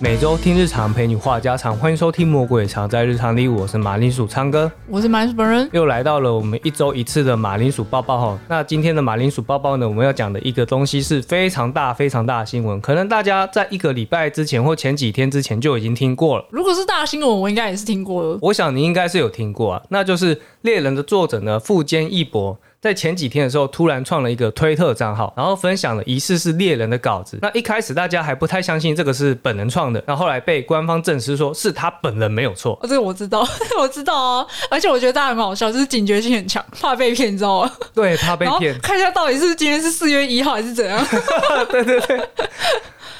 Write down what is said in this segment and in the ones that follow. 每周听日常，陪你话家常，欢迎收听《魔鬼藏在日常里》，我是马铃薯昌哥，我是马铃薯本人。又来到了我们一周一次的马铃薯抱抱哈。那今天的马铃薯抱抱呢，我们要讲的一个东西是非常大、非常大的新闻，可能大家在一个礼拜之前或前几天之前就已经听过了。如果是大新闻，我应该也是听过了。我想你应该是有听过啊，那就是《猎人》的作者呢，富坚义博。在前几天的时候，突然创了一个推特账号，然后分享了疑似是猎人的稿子。那一开始大家还不太相信这个是本人创的，那后来被官方证实说是他本人没有错。哦，这个我知道， 我知道啊。而且我觉得大家很好笑，就是警觉性很强，怕被骗，你知道吗？对，怕被然后骗。看一下到底是今天是四月一号还是怎样？ 对对对。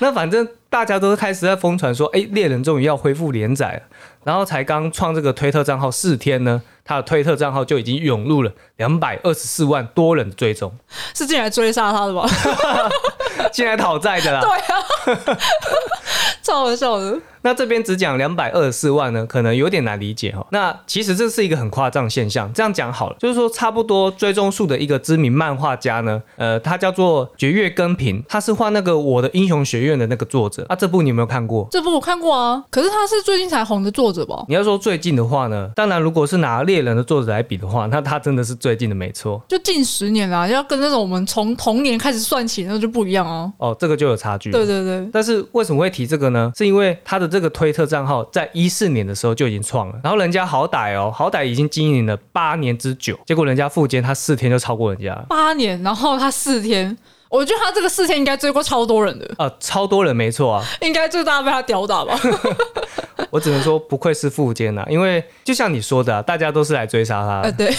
那反正大家都开始在疯传说，哎、猎人终于要恢复连载了。然后才刚创这个推特账号四天呢，他的推特账号就已经涌入了两百二十四万多人追踪，是进来追杀他的吧？ 现在讨债的啦。超好笑的。那这边只讲两百二十四万呢，可能有点难理解哈。那其实这是一个很夸张的现象。这样讲好了，就是说差不多追踪数的一个知名漫画家呢，呃，他叫做绝月耕平，他是画那个《我的英雄学院》的那个作者。啊，这部你有没有看过？这部我看过啊，可是他是最近才红的作者吧？你要说最近的话呢，当然如果是拿猎人的作者来比的话，那他真的是最近的没错就近十年啦、要跟那种我们从童年开始算起，那就不一样啊。哦，这个就有差距。对。对对，但是为什么会提这个呢？是因为他的这个推特账号在一四年的时候就已经创了，然后人家好歹哦，好歹已经经营了八年之久，结果人家富坚他四天就超过人家了。八年，然后他四天，我觉得他这个四天应该追过超多人的，啊、超多人没错啊！应该最大被他吊 打吧？我只能说不愧是富坚啊，因为就像你说的、啊，大家都是来追杀他哎，的。 对，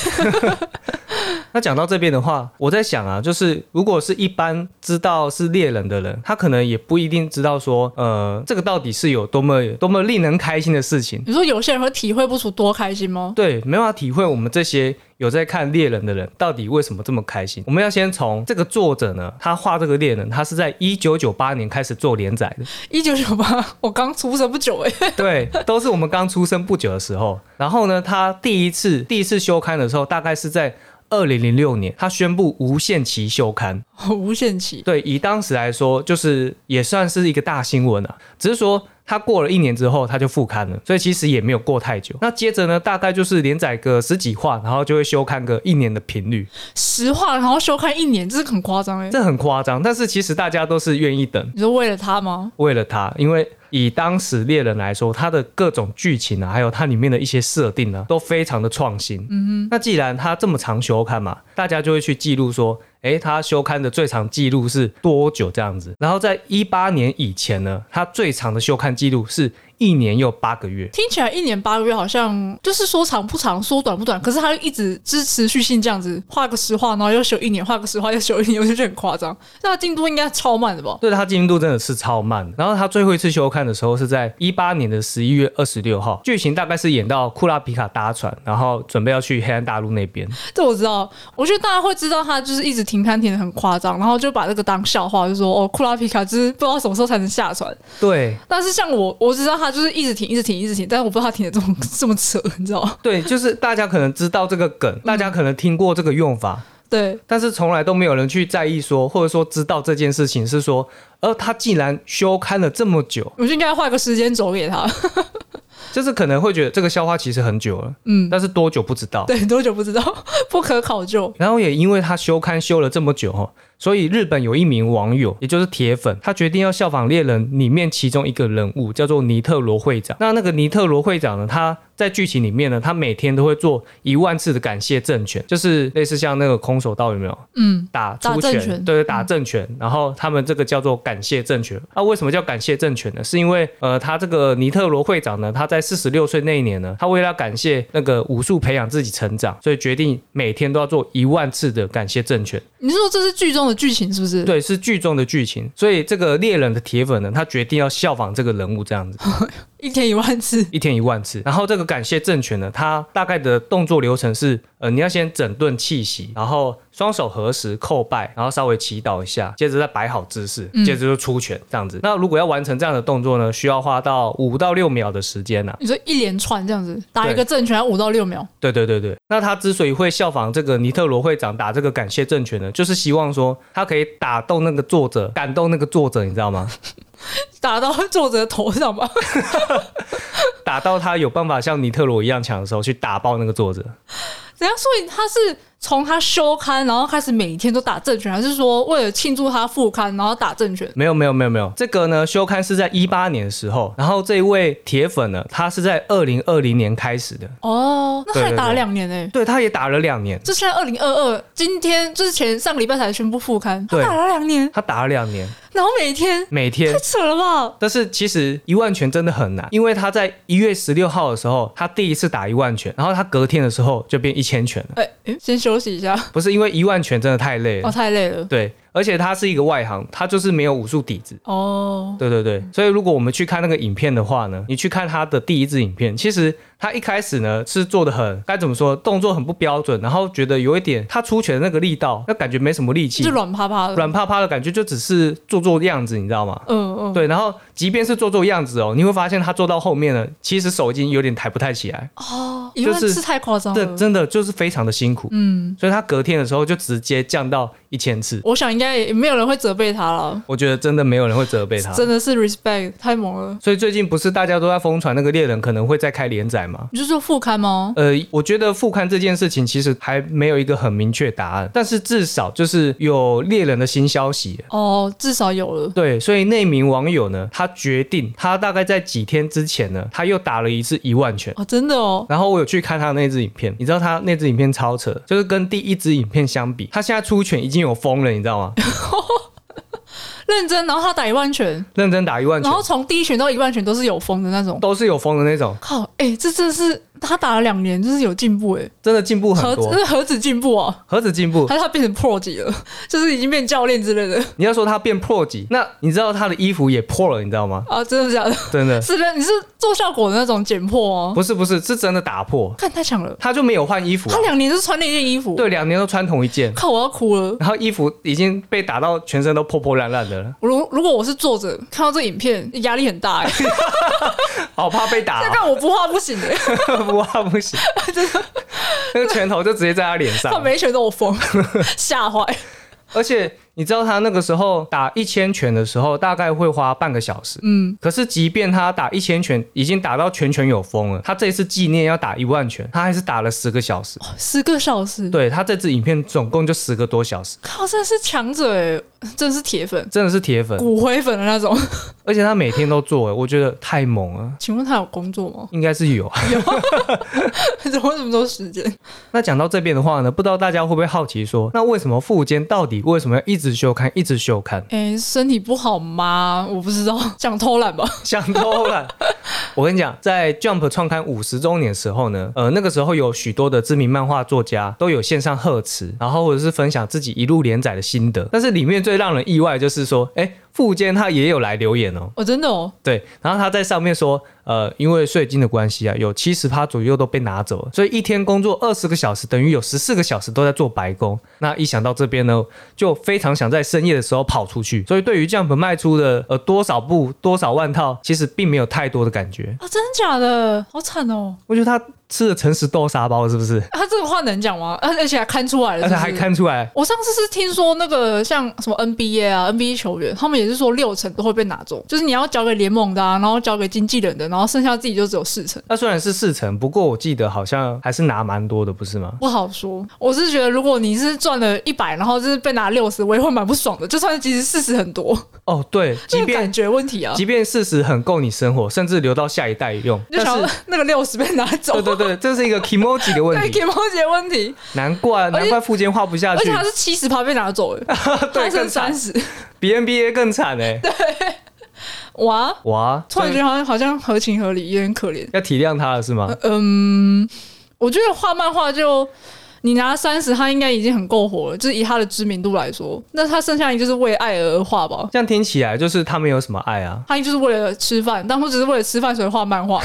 那讲到这边的话，我在想啊，就是如果是一般知道是猎人的人，他可能也不一定知道说，呃，这个到底是有多么多么令人开心的事情。你说有些人会体会不出多开心吗？对，没办法体会我们这些有在看猎人的人到底为什么这么开心。我们要先从这个作者呢，他画这个猎人，他是在一九九八年开始做连载的，一九九八，我刚出生不久哎、对，都是我们刚出生不久的时候。然后呢，他第一次第一次休刊的时候，大概是在。二零零六年，他宣布无限期休刊。无限期。对，以当时来说，就是也算是一个大新闻啊。只是说，他过了一年之后，他就复刊了，所以其实也没有过太久。那接着呢，大概就是连载个十几话，然后就会休刊个一年的频率。实话，然后休刊一年，这是很夸张哎。这很夸张，但是其实大家都是愿意等，你说为了他吗？为了他，因为以当时猎人来说，它的各种剧情啊，还有它里面的一些设定啊，都非常的创新。嗯哼，那既然它这么长休刊嘛，大家就会去记录说，诶，它休刊的最长记录是多久这样子？然后在一八年以前呢，它最长的休刊记录是一年又八个月。听起来一年八个月好像就是说长不长，说短不短，可是他就一直支持续性这样子，画个十画，然后又休一年，画个十画又休一年，我就觉得很夸张。那他进度应该超慢的吧？对它进度真的是超慢。然后它最后一次休刊的时候是在一八年的十一月二十六号，剧情大概是演到库拉皮卡搭船，然后准备要去黑暗大陆那边。这我知道，我觉得大家会知道他就是一直停刊停的很夸张，然后就把这个当笑话，就说哦库拉皮卡就是不知道什么时候才能下船。对但是像我，我只知道他就是一直停，一直停，一直停，但是我不知道他停的这么这么扯，你知道吗？对，就是大家可能知道这个梗，大嗯家可能听过这个用法， 对，但是从来都没有人去在意说，或者说知道这件事情是说，而他既然休刊了这么久，我就应该画个时间轴给他，就是可能会觉得这个笑话其实很久了，嗯，但是多久不知道。 对，多久不知道， 不可考究。然后也因为他休刊休了这么久哦，所以日本有一名网友，也就是铁粉，他决定要效仿猎人里面其中一个人物，叫做尼特罗会长。那那个尼特罗会长呢，他在剧情里面呢，他每天都会做一万次的感谢政权，就是类似像那个空手道有没有？嗯，打打出政拳，权对，打政权。然后他们这个叫做感谢政权。啊，为什么叫感谢政权呢？是因为呃，他这个尼特罗会长呢，他在四十六岁那一年呢，他为了要感谢那个武术培养自己成长，所以决定每天都要做一万次的感谢政权。你是说这是剧中的剧情是不是？，对，是剧中的剧情。所以这个猎人的铁粉呢，他决定要效仿这个人物这样子，一天一万次，一天一万次。然后这个感谢政权呢，他大概的动作流程是，呃，你要先整顿气息，然后双手合十叩拜，然后稍微祈祷一下，接着再摆好姿势，接着就出拳这样子。那如果要完成这样的动作呢，需要花到五到六秒的时间呢、你说一连串这样子打对一个正拳五到六秒，对对对对，那他之所以会效仿这个尼特罗会长打这个感谢政权呢，就是希望说他可以打动那个作者，感动那个作者，你知道吗？打到作者头上 吧。打到他有办法像尼特罗一样强的时候，去打爆那个作者。怎样？所以他是从他休刊，然后开始每天都打正拳，还是说为了庆祝他复刊，然后打正拳？没有没有没有没有，这个呢，休刊是在一八年的时候，然后这一位铁粉呢，他是在二零二零年开始的，哦，那他对也对打了对两年呢、欸对，他也打了两年，这现在二零二二，今天就是前上个礼拜才宣布复刊，他对打了两年，他打了两年，然后每天每天太扯了吧？但是其实一万拳真的很难，因为他在一月十六号的时候，他第一次打一万拳，然后他隔天的时候就变一千拳了。哎、哎先休息一下，不是因为一万拳真的太累了，哦，太累了。对，而且他是一个外行，他就是没有武术底子。哦，对对对，所以如果我们去看那个影片的话呢，你去看他的第一支影片，其实他一开始呢是做的很该怎么说，动作很不标准，然后觉得有一点他出拳的那个力道，那感觉没什么力气就，软趴趴的。软趴趴的感觉，就只是做做样子，你知道吗？嗯嗯，对，然后即便是做做样子哦，你会发现他做到后面呢，其实手已经有点抬不太起来，哦，一万就是次太夸张这了。真的就是非常的辛苦。嗯，所以他隔天的时候就直接降到一千次，我想应该也没有人会责备他了，我觉得真的没有人会责备他。真的是 respect 太猛了。所以最近不是大家都在疯传那个猎人可能会再开连载吗？你是说复刊吗？ 呃，我觉得复刊这件事情其实还没有一个很明确答案，但是至少就是有猎人的新消息了。哦，至少有了。对，所以那名网友呢，他决定他大概在几天之前呢，他又打了一次一万拳。哦，真的哦，然后我有去看他的那支影片，你知道他那支影片超扯，就是跟第一支影片相比，他现在出拳已经有疯了，你知道吗？认真。然后他打一万拳，认真打一万拳然后从第一拳到一万拳都是有风的那种。都是有疯的那种，靠，哎、这真的是他打了两年，就是有进步哎、真的进步很何多，这何止进步啊？何止进步？还是他变成 pro 级了，就是已经变教练之类的你要说他变破级，那你知道他的衣服也破了，你知道吗？啊？真的假的？真 的是的，你是做效果的那种剪破哦、不是不是，是真的打破，看太强了，他就没有换衣服啊、他两年就是穿那件衣服，对，两年都穿同一 件，靠，我要哭了。然后衣服已经被打到全身都破破烂烂的了，我如如果我是作者，看到这影片压力很大哎、 欸，好怕被打这让我不画不行的、欸，哇 不行，那个拳头就直接在他脸上啊他， 每一拳都 有风，吓坏。而且你知道他那个时候打一千拳的时候，大概会花半个小时。嗯，可是即便他打一千拳，已经打到拳拳有风了，他这一次纪念要打一万拳，他还是打了十个小时。十个小时，对他这支影片总共就十个多小时，靠，真的是强者哎、真的是铁粉、真的是铁粉，骨灰粉的那种。 而且他每天都做，我觉得太猛了。请问他有工作吗？ 应该是有。怎么这么多时间？那讲到这边的话呢，不知道大家会不会好奇说，那为什么富坚到底为什么要一直休刊，一直休 刊？哎、身体不好吗？我不知道，想偷懒吧？ 想多了。我跟你讲，在 Jump 创刊五十周年的时候呢，呃，那个时候有许多的知名漫画作家都有线上贺词，然后或者是分享自己一路连载的心得。但是里面最让人意外的就是说，哎，富坚他也有来留言哦。我、真的哦，对，然后他在上面说，呃，因为税金的关系啊，有七十趴左右都被拿走了，所以一天工作二十个小时，等于有十四个小时都在做白工。那一想到这边呢，就非常想在深夜的时候跑出去。所以对于 Jump 卖出的呃多少部多少万套，其实并没有太多的感觉。啊，真的假的？好惨哦！我觉得他吃了诚实豆沙包是不 是？啊，这个话能讲吗？而、而且还看出来了而且是不是还。看出来，我上次是听说那个像什么 NBA 啊，NBA 球员，他们也是说六成都会被拿走，就是你要交给联盟的啊，然后交给经纪人的，然后剩下自己就只有四成，那虽然是四成，不过我记得好像还是拿蛮多的，不是吗？不好说。我是觉得，如果你是赚了一百，然后就是被拿六十，我也会蛮不爽的。就算其实四十很多，哦，对，这即个感便觉问题啊，即便事实很够你生活，甚至留到下一代用，就但想是要那个六十被拿走对。对对，这是一个 emoji 的问 对，题，给猫姐问题，难怪且难怪附件画不下而去且他是七十趴被拿走， 哎，他剩更惨三十，比 NBA 更惨 哎、哇！哇，突然觉真的得好像好像合情合理，有点可怜。要体谅他了是吗？嗯，我觉得画漫画就你拿三十，他应该已经很够火了，就是以他的知名度来说，那他剩下的就是为爱而画吧。这样听起来就是他没有什么爱啊，他就是为了 呃吃饭，当初只是为了吃饭所以画漫画，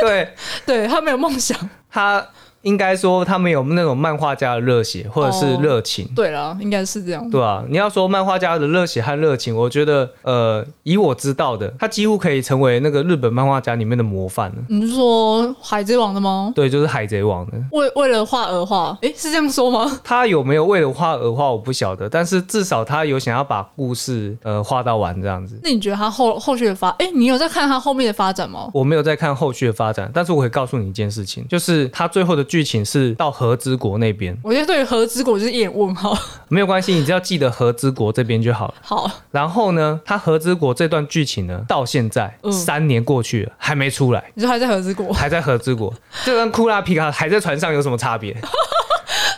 对对他没有梦想。他应该说他们有那种漫画家的热血或者是哦热情。对啦，应该是这样。对啊，你要说漫画家的热血和热情，我觉得，呃，以我知道的，他几乎可以成为那个日本漫画家里面的模范了。你是说《海贼王》的吗？对，就是海贼王的。为为了画而画，诶，是这样说吗？他有没有为了画而画，我不晓得，但是至少他有想要把故事呃画到完这样子。那你觉得他后后续的发，诶，你有在看他后面的发展吗？我没有在看后续的发展，但是我可以告诉你一件事情，就是他最后的剧情是到和之国那边，我觉得对于和之国就是一脸问号。没有关系，你只要记得和之国这边就好了。好，然后呢，他和之国这段剧情呢，到现在、嗯三年过去了，还没出来。你说还在和之国，还在和之国，这跟库拉皮卡还在船上有什么差别？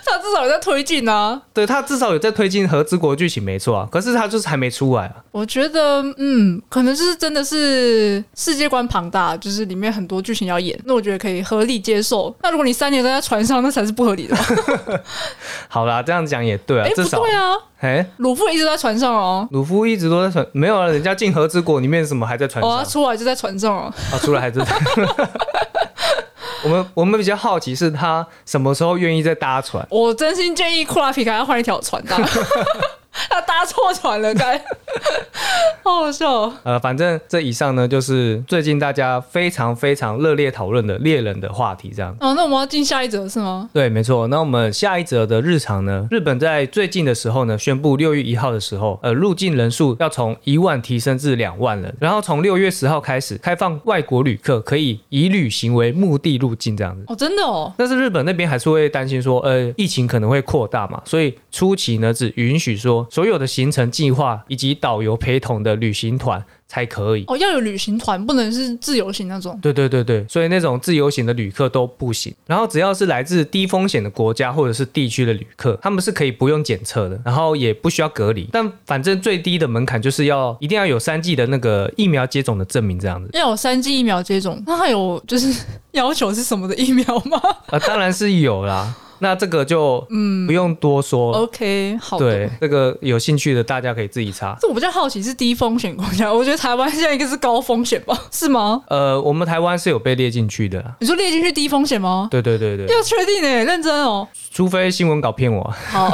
他至少有在推进啊。对他至少有在推进和之国剧情，没错啊。可是他就是还没出来啊。我觉得，嗯，可能就是真的是世界观庞大，就是里面很多剧情要演，那我觉得可以合理接受。那如果你三年都在船上，那才是不合理 的吧。好啦，这样讲也对啊，诶，至不少对啊，哎、鲁夫一直在船上哦，鲁夫一直都在船，没有啊，人家进和之国里面什么还在船上哦，他啊出来就在船上哦。出来还在。我们我们比较好奇是他什么时候愿意再搭船？我真心建议库拉皮卡要换一条船 搭，他搭错船了，该， 好好笑哦。呃，反正这以上呢就是最近大家非常非常热烈讨论的猎人的话题，这样。哦，那我们要进下一则是吗？对，没错。那我们下一则的日常呢？日本在最近的时候呢，宣布六月一号的时候，呃，入境人数要从一万提升至两万人，然后从六月十号开始开放外国旅客可以以旅行为目的入境这样子。哦，真的哦，但是日本那边还是会担心说，呃，疫情可能会扩大嘛，所以初期呢只允许说所有的行程计划以及导游陪同的旅行团才可以。哦，要有旅行团，不能是自由行那种。对对对对，所以那种自由行的旅客都不行。然后只要是来自低风险的国家或者是地区的旅客，他们是可以不用检测的，然后也不需要隔离。但反正最低的门槛就是要一定要有三剂的那个疫苗接种的证明这样子。要有三剂疫苗接种，那还有就是 要求是什么的疫苗吗呃，当然是有啦，那这个就嗯不用多说。 ？OK，好的对。，这个有兴趣的大家可以自己查。这我比较好奇是低风险国家，我觉得台湾现在应该是高风险吧？ 是吗？呃，我们台湾是有被列进去的啦。你说列进去低风险吗？对对对对，要确定诶、认真哦。除非新闻稿骗我。 好，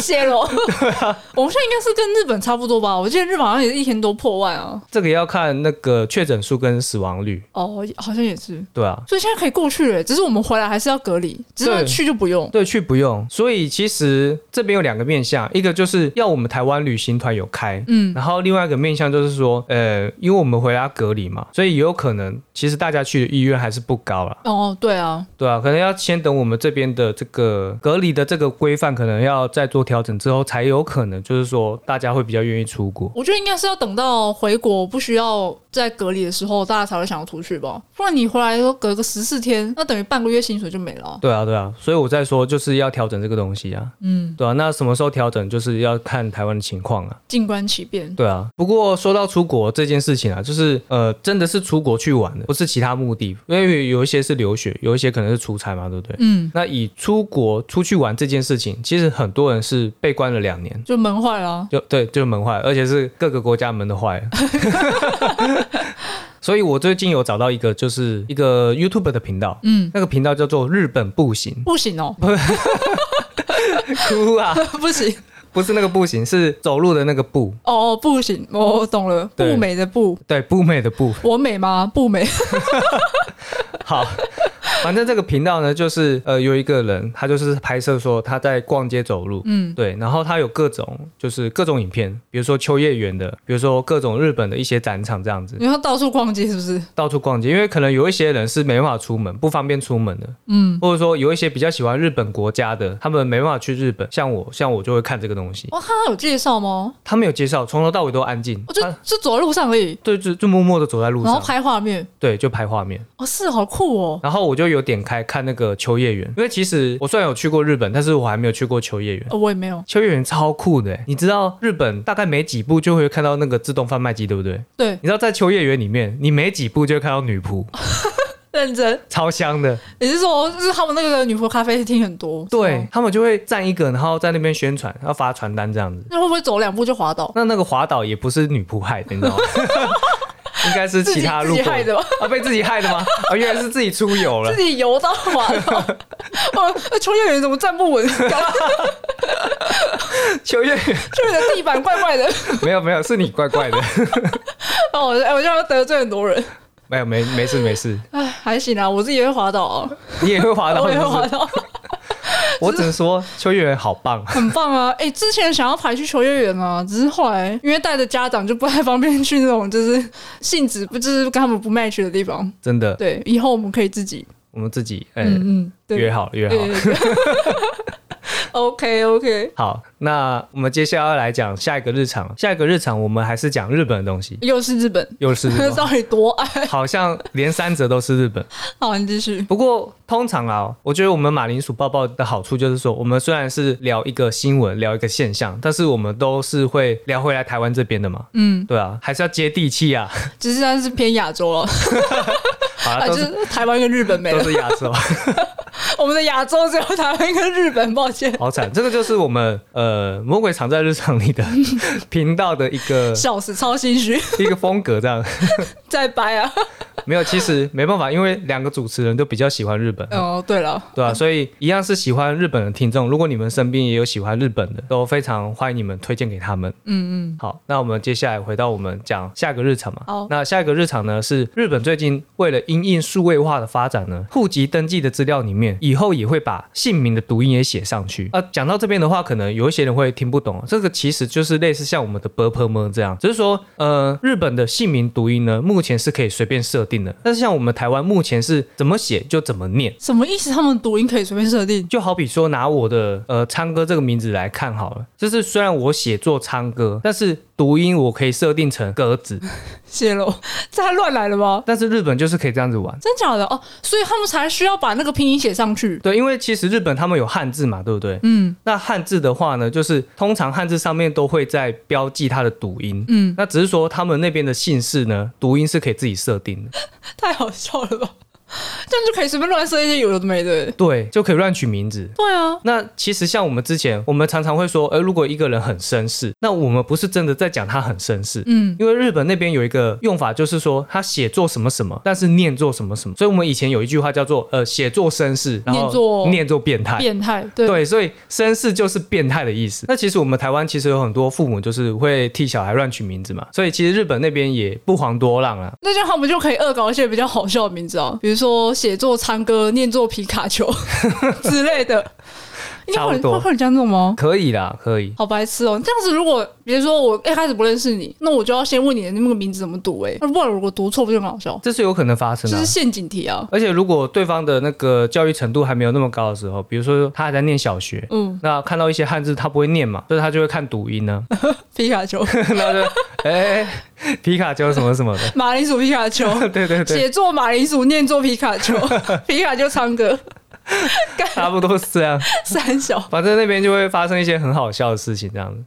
谢喽。啊我们现在应该是跟日本差不多吧？我记得日本好像也是一天多破万啊。这个要看那个确诊数跟死亡率，哦，好像也是。对啊。所以现在可以过去了，欸只是我们回来还是要隔离，只是我们对去就不用。对，去不用。所以其实这边有两个面向，一个就是要我们台湾旅行团有开，嗯，然后另外一个面向就是说，呃，因为我们回来要隔离嘛，所以也有可能其实大家去的意愿还是不高啦，哦，对啊，对啊，可能要先等我们这边的这个隔离的这个规范，可能要再做调整之后，才有可能就是说大家会比较愿意出国。我觉得应该是要等到回国不需要在隔离的时候，大家才会想要出去吧。不然你回来都隔个十四天，那等于半个月薪水就没了啊。对啊，对啊，所以我在说就是要调整这个东西啊，嗯，对啊，那什么时候调整就是要看台湾的情况啊。静观其变。对啊，不过说到出国这件事情啊，就是呃，真的是出国去玩的，不是其他目的，因为有一些是留学，有一些可能是出差嘛，对不对？嗯，那以出国出去玩这件事情，其实很多人是被关了两年，就闷坏了啊。就对，就门坏，而且是各个国家门都坏了。 所以我最近有找到一个，就是一个 YouTube 的频道，嗯，那个频道叫做日本步行， 不行哦，哭啊，不行不是那个步行，是走路的那个步，哦，不行，我、懂了，对不美的不，对，步美的步。我美吗？不美。 好， 反正这个频道呢，就是呃有一个人，他就是拍摄说他在逛街走路，嗯，对，然后他有各种就是各种影片，比如说秋叶原的，比如说各种日本的一些展场这样子，你要到处逛街是不是？到处逛街，因为可能有一些人是没办法出门，不方便出门的，嗯，或者说有一些比较喜欢日本国家的，他们没办法去日本，像我，像我就会看这个东西，哦，他有介绍吗？他没有介绍，从头到尾都安静，我就他就走在路上而已，对，就就默默的走在路然后上，拍画面。对，就拍画面。哦，是好酷哦。然后我就有点开看那个秋叶原，因为其实我虽然有去过日本，但是我还没有去过秋叶原。呃我也没有，秋叶原超酷的欸，你知道日本大概每几步就会看到那个自动贩卖机，对不对？对，你知道在秋叶原里面，你每几步就会看到女仆，认真。超香的。也是说，就是他们那个女仆咖啡厅很多，是对吗，他们就会站一个，然后在那边宣传，要发传单这样子。那会不会走两步就滑倒？ 那那个滑倒也不是女仆害的，你知道吗？应该是自其己他自路己过害的吧？啊，被自己害的吗？啊，原来是自己出游了 自。己游到 完了，哦，秋叶原怎么站不稳？ 秋秋月叶原的地板怪怪的，没有没有，是你怪怪的， 哦，哎，我这样得罪很多人。没有没没事没事，哎，还行啦，我自己也会滑 倒啊，你也会滑倒， 我也是会不滑是？倒，我只能说秋月好棒，很棒啊！哎、之前想要排去球业园啊，只是后来因为带着家长就不太方便去那种就是 性质不就是跟他们不 match 的地方。真的，对，以后我们可以自己，我们自己哎、嗯嗯，对，约好约好。对对 对 OK OK，好，那我们接下来来讲下一个日常。下一个日常，我们还是讲日本的东西，又是日本，又是日 本，到底多爱？好像连三折都是日本。好，你继续。不过通常啊，我觉得我们马铃薯抱抱的好处就是说，我们虽然是聊一个新闻，聊一个现象，但是我们都是会聊回来台湾这边的嘛。嗯，对啊，还是要接地气 啊。只是它是偏亚洲了，好啊，了， 就都是、是台湾跟日本没都了。是亚洲， 我们的亚洲只有台湾跟日本，抱歉，好惨。这个就是我们呃《魔鬼藏在日常》里的频道的一 个笑死，超心虚， 一个风格，这样再掰啊！没有。其实没办法，因为两个主持人都比较喜欢日本。哦，对了，对啊，所以一样是喜欢日本的听众，如果你们身边也有喜欢日本的，都非常欢迎你们推荐给他们。嗯嗯，好，那我们接下来回到我们讲下个日常嘛。好那下一个日常呢是日本最近为了因应数位化的发展呢，户籍登记的资料里面以后也会把姓名的读音也写上去。呃，讲到这边的话，可能有一些人会听不懂，啊这个其实就是类似像我们的 b u r p e m 这样，只是说呃，日本的姓名读音呢，目前是可以随便设定的，但是像我们台湾目前是怎么写就怎么念。什么意思？他们读音可以随便设定？就好比说拿我的呃昌哥这个名字来看好了，就是虽然我写作昌哥，但是读音我可以设定成鸽子，泄露， 这还乱来了吗？但是日本就是可以这样子玩。真假的哦，所以他们才需要把那个拼音写上去。对，因为其实日本他们有汉字嘛，对不对？嗯那汉字的话呢，就是通常汉字上面都会在标记它的读音。嗯，那只是说他们那边的姓氏呢，读音是可以自己设定的，太好笑了吧？ 这样就可以随便乱设一些有的没的。对，就可以乱取名字。对啊，那其实像我们之前，我们常常会说，呃，如果一个人很绅士，那我们不是真的在讲他很绅士，嗯，因为日本那边有一个用法，就是说他写作什么什么，但是念作什么什么，所以我们以前有一句话叫做呃写作绅士，然念作后念作变态。变态，对，对，所以绅士就是变态的意思。那其实我们台湾其实有很多父母就是会替小孩乱取名字嘛，所以其实日本那边也不遑多让啊。那这样他们就可以恶搞一些比较好笑的名字啊，比如说写作苍哥，念作皮卡丘 之 类的。你差不会多会会人家弄吗？可以啦，可以。好白痴哦！这样子，如果比如说我一开始不认识你，那我就要先问你的那个名字怎么读、欸，哎，不然如果读错不就很好笑？这是有可能发生这的、是陷阱题啊！而且如果对方的那个教育程度还没有那么高的时候，比如说他还在念小学，嗯，那看到一些汉字他不会念嘛，所以他就会看读音啊呢、皮卡丘，那就哎、皮卡丘什么什么 的。马铃薯皮卡丘， 对对对，写作马铃薯，念作皮 卡丘，皮卡丘唱歌，差不多是这样。三小，反正那边就会发生一些很好笑的事情这样子。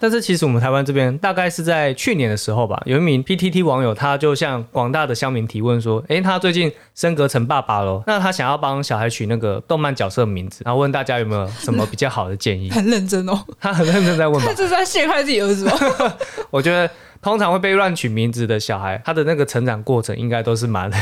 但是其实我们台湾这边大概是在去年的时候吧，有一名 PTT 网友他就向广大的乡民提问说：“诶、他最近升格成爸爸了，那他想要帮小孩取那个动漫角色名字，然后问大家有没有什么比较好的建 议很认真哦，？”他很认真在问吧他，这是在陷害自己儿子哦 吗？我觉得。通常会被乱取名字的小孩，他的那个成长过程应该都是蛮对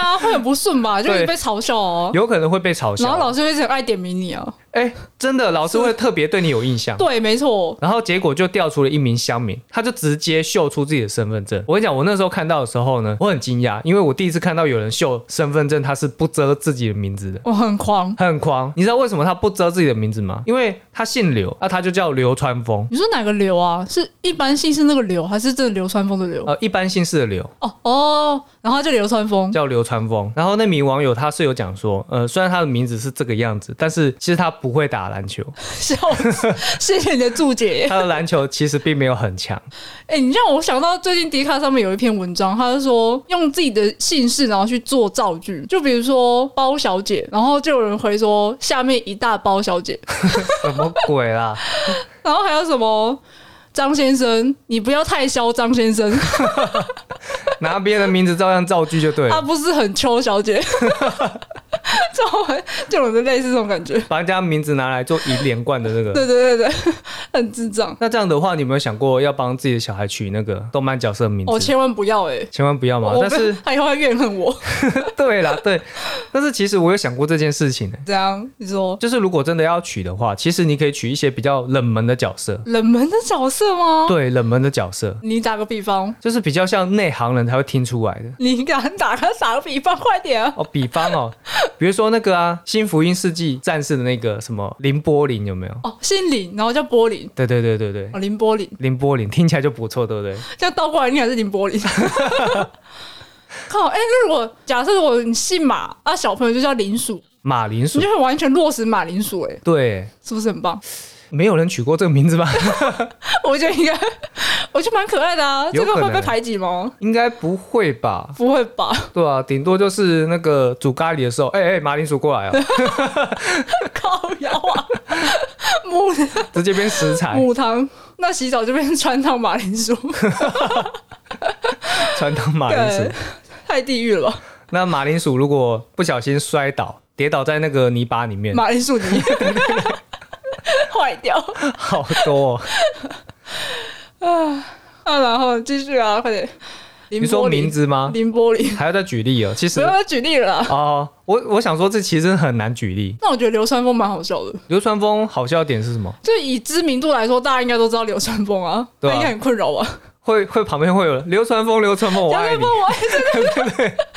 啊，会很不顺吧？就对是被嘲笑哦。有可能会被嘲然笑。后老师会很爱点名你啊，哎、真的，老师会特别对你有印 象。对，没错，然后结果就调出了一名乡民，他就直接秀出自己的身份证。我跟你讲，我那时候看到的时候呢，我很惊讶，因为我第一次看到有人秀身份证，他是不遮自己的名字的。我很狂。很狂，你知道为什么他不遮自己的名字吗？因为他姓刘，那、他就叫流川枫，你说哪个流啊？是一般姓是那个流，还是真的流川枫的流？呃，一般姓氏的刘哦哦，然后他就流川枫，叫流川枫。然后那名网友他是有讲说，呃，虽然他的名字是这个样子，但是其实他不会打篮球， 笑死！谢谢你的注解耶。他的篮球其实并没有很强。 哎、你让我想到最近迪卡上面有一篇文章，他是说用自己的姓氏然后去做造句，就比如说包小姐，然后就有人回说下面一大包小姐，什么鬼啦？然后还有什么张先生，你不要太嚣张先生，拿别人的名字照样造句就对了他。不是很秋小 姐，这种就有人类似这种感觉。把人家名字拿来做一连贯的那个，对对对对，很智障。那这样的话，你有没有想过要帮自己的小孩取那个动漫角色的名哦，字？千万不要哎、欸！千万不要嘛！我但被是 他以后会怨恨我，对啦，对，但是其实我有想过这件事情、欸，这样你说就是如果真的要取的话，其实你可以取一些比较冷门的角色，冷门的角色吗？对，冷门的角色你打个比方，就是比较像内行人才会听出来的。你敢打个打个比方，快点啊！哦，比方 哦，比如说那个啊，《新福音世纪战士》的那个什么林波林有没有？哦，姓林，然后叫波林，对对对对对，哦，林波林，林波林听起来就不错，对不对？这样倒过来你还是林波林。 靠，哎、那如果假设如果你姓马，啊，小朋友就叫林鼠，马铃你薯就，会完全落实马铃薯、哎，对，是不是很棒？ 没有人取过这个名字吧？ 我觉得应该，我觉得蛮可爱的啊。这有个可能会被排挤吗？应该不会吧？不会吧？ 对啊，顶多就是那个煮咖喱的时候，哎、哎、马铃薯过来 哦，靠腰啊， 母直接变食材，母汤，那洗澡就变成川烫马 铃薯，传统马铃薯对。，太地狱了吧，那马铃薯如果不小心摔倒，跌倒在那个泥巴里面，马铃 薯泥坏掉好多、 哦。啊！然后继续啊，快点，你你说名字吗？林玻璃，还要再举例哦。其不实要再举例了啦。哦，我我想说这其实很难举例。那我觉得流川枫蛮好笑的，流川枫好笑点是什么？就以知名度来说，大家应该都知道流川枫啊，对啊那 应该很困扰吧？会会旁边会有流川枫，流川枫，我流爱川你枫。我爱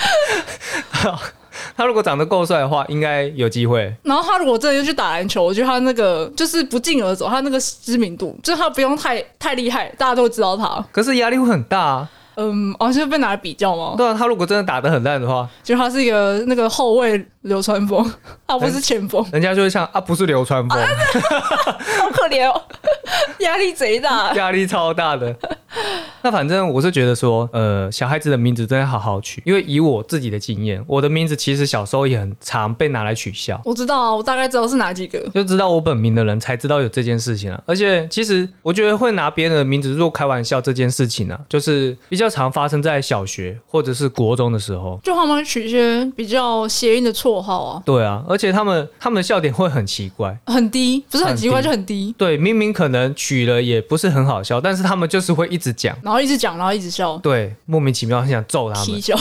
他如果长得够帅的话，应该有机会。 然后他如果真的去打篮球，我觉得他那个就是不胫而走，他那个知名度，就是他不用太太厉害，大家都知道他。可是压力会很大啊。嗯，哦，现在被拿来比较吗？对啊，他如果真的打得很烂的话，就他是一个那个后卫流川枫，他不是前锋，人家就会像啊，不是流川 枫，好可怜哦， 压力贼 大。压力超大的。那反正我是觉得说，呃，小孩子的名字真的好好取，因为以我自己的经验，我的名字其实小时候也很常被拿来取笑。 我知道啊，我大概知道是哪几个。就知道我本名的人才知道有这件事情啊，而且其实我觉得会拿别人的名字做开玩笑这件事情啊，就是比较常发生在小学或者是国中的时候。就他们取一些比较谐音的绰号啊，对啊，而且他们他们的笑点会很奇怪，很低，不是很奇怪，很低就很低，对，明明可能取了也不是很好笑，但是他们就是会一直讲，然后一直讲，然后一直笑，对，莫名其妙很想揍他踢们。笑。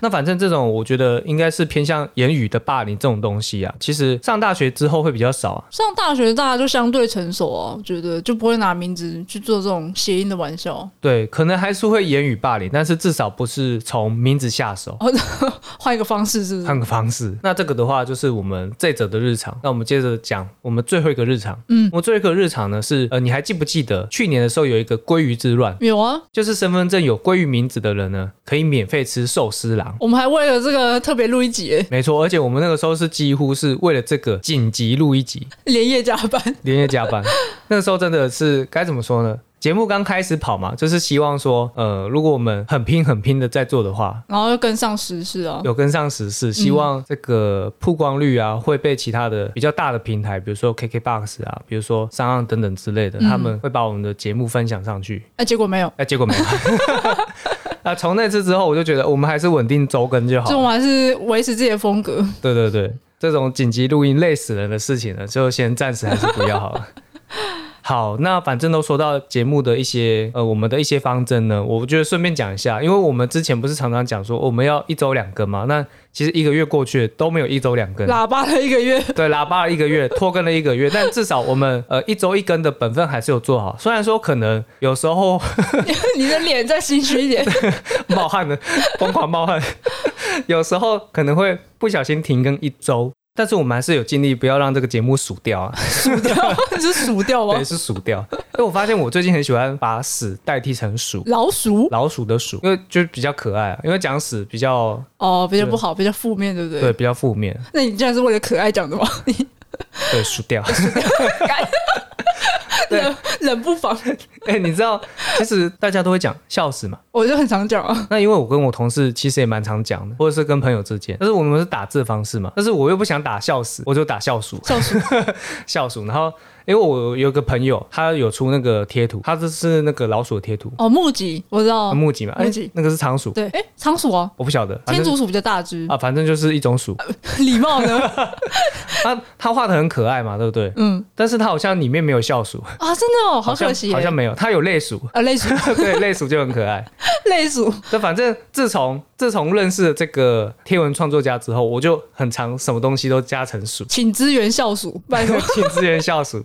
那反正这种我觉得应该是偏向言语的霸凌这种东西啊，其实上大学之后会比较少啊。上大学大家就相对成熟啊，我觉得就不会拿名字去做这种谐音的玩笑。 对，可能还是会言语霸凌，但是至少不是从名字下手。换一个方式是不是？换个方式。那这个的话，就是我们这则的日常。那我们接着讲我们最后一个日常。嗯，我最后一个日常呢是，呃，你还记不记得去年的时候有一个鲑鱼之乱？有啊，就是身份证有鲑鱼名字的人呢，可以免费吃寿司郎。我们还为了这个特别录一集耶， 没错，而且我们那个时候是几乎是为了这个紧急录一集，连夜加班。连夜加班。 那个时候真的是该怎么说呢？节目刚开始跑嘛，就是希望说，呃，如果我们很拼很拼的在做的话，然后又跟上时事啊，有跟上时事，希望这个曝光率啊会被其他的比较大的平台，比如说 KKBox 啊，比如说上岸等等之类的，他们会把我们的节目分享上去。哎，结果没有，哎、结果没有。 啊，从那次之后，我就觉得我们还是稳定周更就好所以我了。们还是维持自己的风格。对对对，这种紧急录音累死人的事情呢，就先暂时还是不要好了。好，那反正都说到节目的一些呃，我们的一些方针呢，我觉得顺便讲一下，因为我们之前不是常常讲说我们要一周两更嘛，那其实一个月过去都没有一周两更，喇叭了一个月， 对，喇叭了一个月，拖更了一个月，但至少我们呃一周一更的本分还是有做好。虽然说可能有时候你的脸再心虚 一点，冒汗的 疯狂冒汗， 有时候可能会不小心停更一周，但是我们还是有尽力不要让这个节目数掉啊，数掉，你是数掉吗对，？是数掉。因为我发现我最近很喜欢把屎代替成鼠，老鼠老鼠的鼠，因为就比较可爱、啊，因为讲屎比较哦，比较不好，比较负面，对不对？对比较负面，那你竟然是为了可爱讲的吗？你对数掉。 冷 冷不防，哎、你知道，其实大家都会讲笑死嘛。我就很常讲啊，那因为我跟我同事其实也蛮常讲的，或者是跟朋友之间，但是我们是打字方式嘛，但是我又不想打笑死，我就打笑鼠笑鼠笑鼠。然后因为我有个朋友，他有出那个贴图，他这是那个老鼠的贴图，哦，木吉，我知道，木吉嘛，哎、木吉那个是仓鼠，对，哎，仓鼠啊，我不晓得，反天正竺鼠比较大只，啊，反正就是一种 鼠。啊礼貌呢？ 他他画的很可爱嘛，对不对？嗯，但是他好像里面没有笑鼠，啊，真的哦，好可惜耶，好像没有，它有类属，啊，类鼠， 对，类属就很可爱。 类鼠，那反正自从自从认识了这个贴文创作家之后，我就很常什么东西都加成鼠，请支援校鼠，拜托。请支援笑鼠。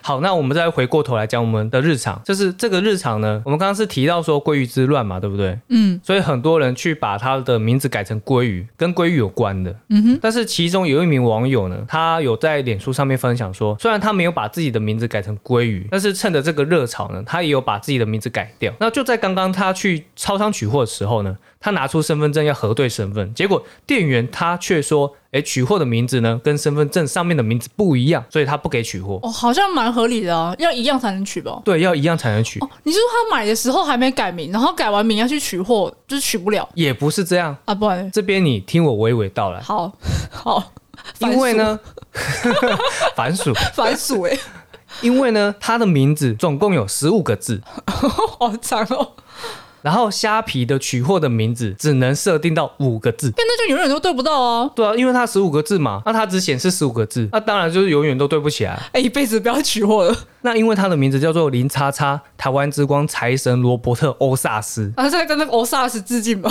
好，那我们再回过头来讲我们的日常，就是这个日常呢，我们刚刚是提到说鲑鱼之乱嘛，对不对？嗯，所以很多人去把他的名字改成鲑鱼，跟鲑鱼有关的。嗯哼，但是其中有一名网友呢，他有在脸书上面分享说，虽然他没有把自己的名字改成鲑鱼，但是趁着这个热潮呢，他也有把自己的名字改掉。那就在刚刚他去超商取货的时候呢，他拿出身份证要核对身份，结果店员他却说。诶，取货的名字呢，跟身份证上面的名字不一样，所以他不给取货。哦，好像蛮合理的啊，要一样才能取吧？对，要一样才能取，哦，你是说他买的时候还没改名，然后改完名要去取货，就是取不了也不是这样。啊？不然呢这边你听我娓娓道 来，好好， 因为呢， 反属，反鼠哎，因为呢，他的名字总共有十五个字，好长 哦，然后虾皮的取货的名字只能设定到五个字。因为那就永远都对不到啊。对啊，因为它十五个字嘛，那它只显示十五个字，那当然就是永远都对不起来。哎、一辈子不要取货了，那因为它的名字叫做林叉叉台湾之光财神罗伯特欧萨斯，啊，在跟那个 OSARS 致敬吧，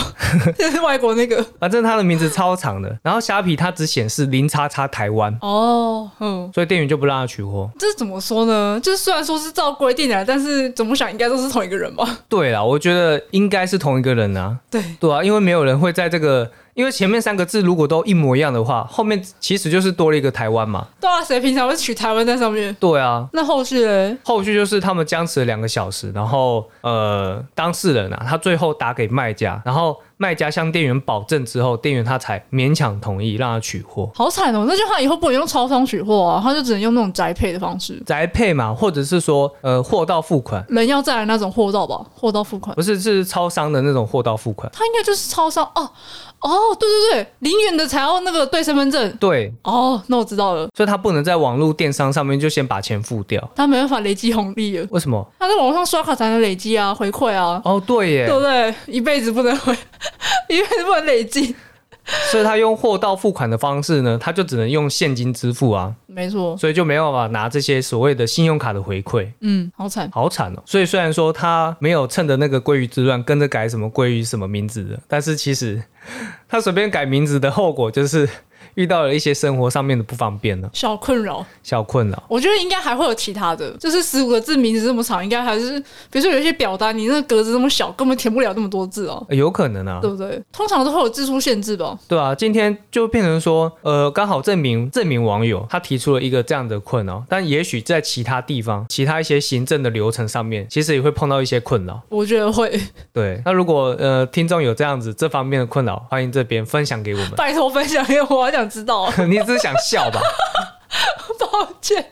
就是外国那个反正它的名字超长的。然后虾皮它只显示林叉叉台湾，哦，嗯。所以店员就不让他取货。这怎么说呢？就是虽然说是照规定来，但是怎么想应该都是同一个人吧？ 对啦，我觉得应该是同一个人啊。对，对啊，因为没有人会在这个，因为前面三个字如果都一模一样的话，后面其实就是多了一个台湾嘛。对啊，谁平常会取台湾在上面？对啊，那后续嘞？后续就是他们僵持了两个小时，然后呃，当事人啊，他最后打给卖家，然后卖家向店员保证之后，店员他才勉强同意让他取货。好惨哦！那就他以后不能用超商取货啊，他就只能用那种宅配的方式，宅配嘛，或者是说呃货到付款，人要再来那种货到吧，货到付款。不是是超商的那种货到付款。他应该就是超商哦哦，对对对，零元的才要那个对身份证对，哦。那我知道了，所以他不能在网络电商上面就先把钱付掉。他没办法累积红利了，为什么？他在网上刷卡才能累积啊，回馈啊，哦，对耶对，不对？一辈子不能回， 一辈子不能累积，所以他用货到付款的方式呢，他就只能用现金支付啊，没错，所以就没办法拿这些所谓的信用卡的回馈，嗯，好惨。好惨哦。所以虽然说他没有趁着那个鲑鱼之乱跟着改什么鲑鱼什么名字的，但是其实他随便改名字的后果就是遇到了一些生活上面的不方便呢，小困扰，小困扰。我觉得应该还会有其他的，就是十五个字名字这么长，应该还是比如说有一些表单，你那个格子这么小，根本填不了那么多字哦、呃有可能啊对，不对？通常都会有字数限制吧？对啊，今天就变成说，呃，刚好证明证明网友他提出了一个这样的困扰，但也许在其他地方、其他一些行政的流程上面，其实也会碰到一些困扰。我觉得会，对，那如果呃听众有这样子这方面的困扰，欢迎这边分享给 我们。拜托分享给我，我好想知道， 你只是想笑吧？抱歉，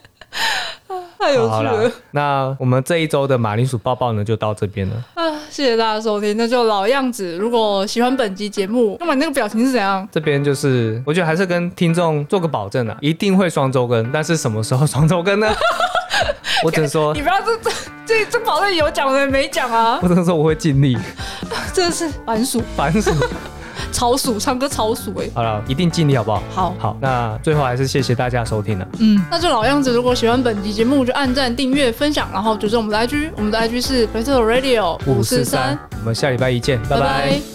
太 有好趣啦了，那我们这一周的马铃薯抱抱呢，就到这边了。啊！谢谢大家收听，那就老样子。如果喜欢本集节目，那么你那个表情是怎样？这边就是，我觉得还是跟听众做个保证啊，一定会双周更，但是什么时候双周更 呢？我只能说你，不要这这这这保证有讲的没讲啊！我只能说我会尽力。真的是反鼠、烦死了！草鼠，唱歌草鼠哎、好了，一定尽力好不好？好。好，那最后还是谢谢大家收听了。嗯，那就老样子。如果喜欢本集节目，就按赞、订阅、分享，然后追踪我们的 IG，我们的 IG 是 Potato Radio 五四三，我们下礼拜一见，拜拜拜拜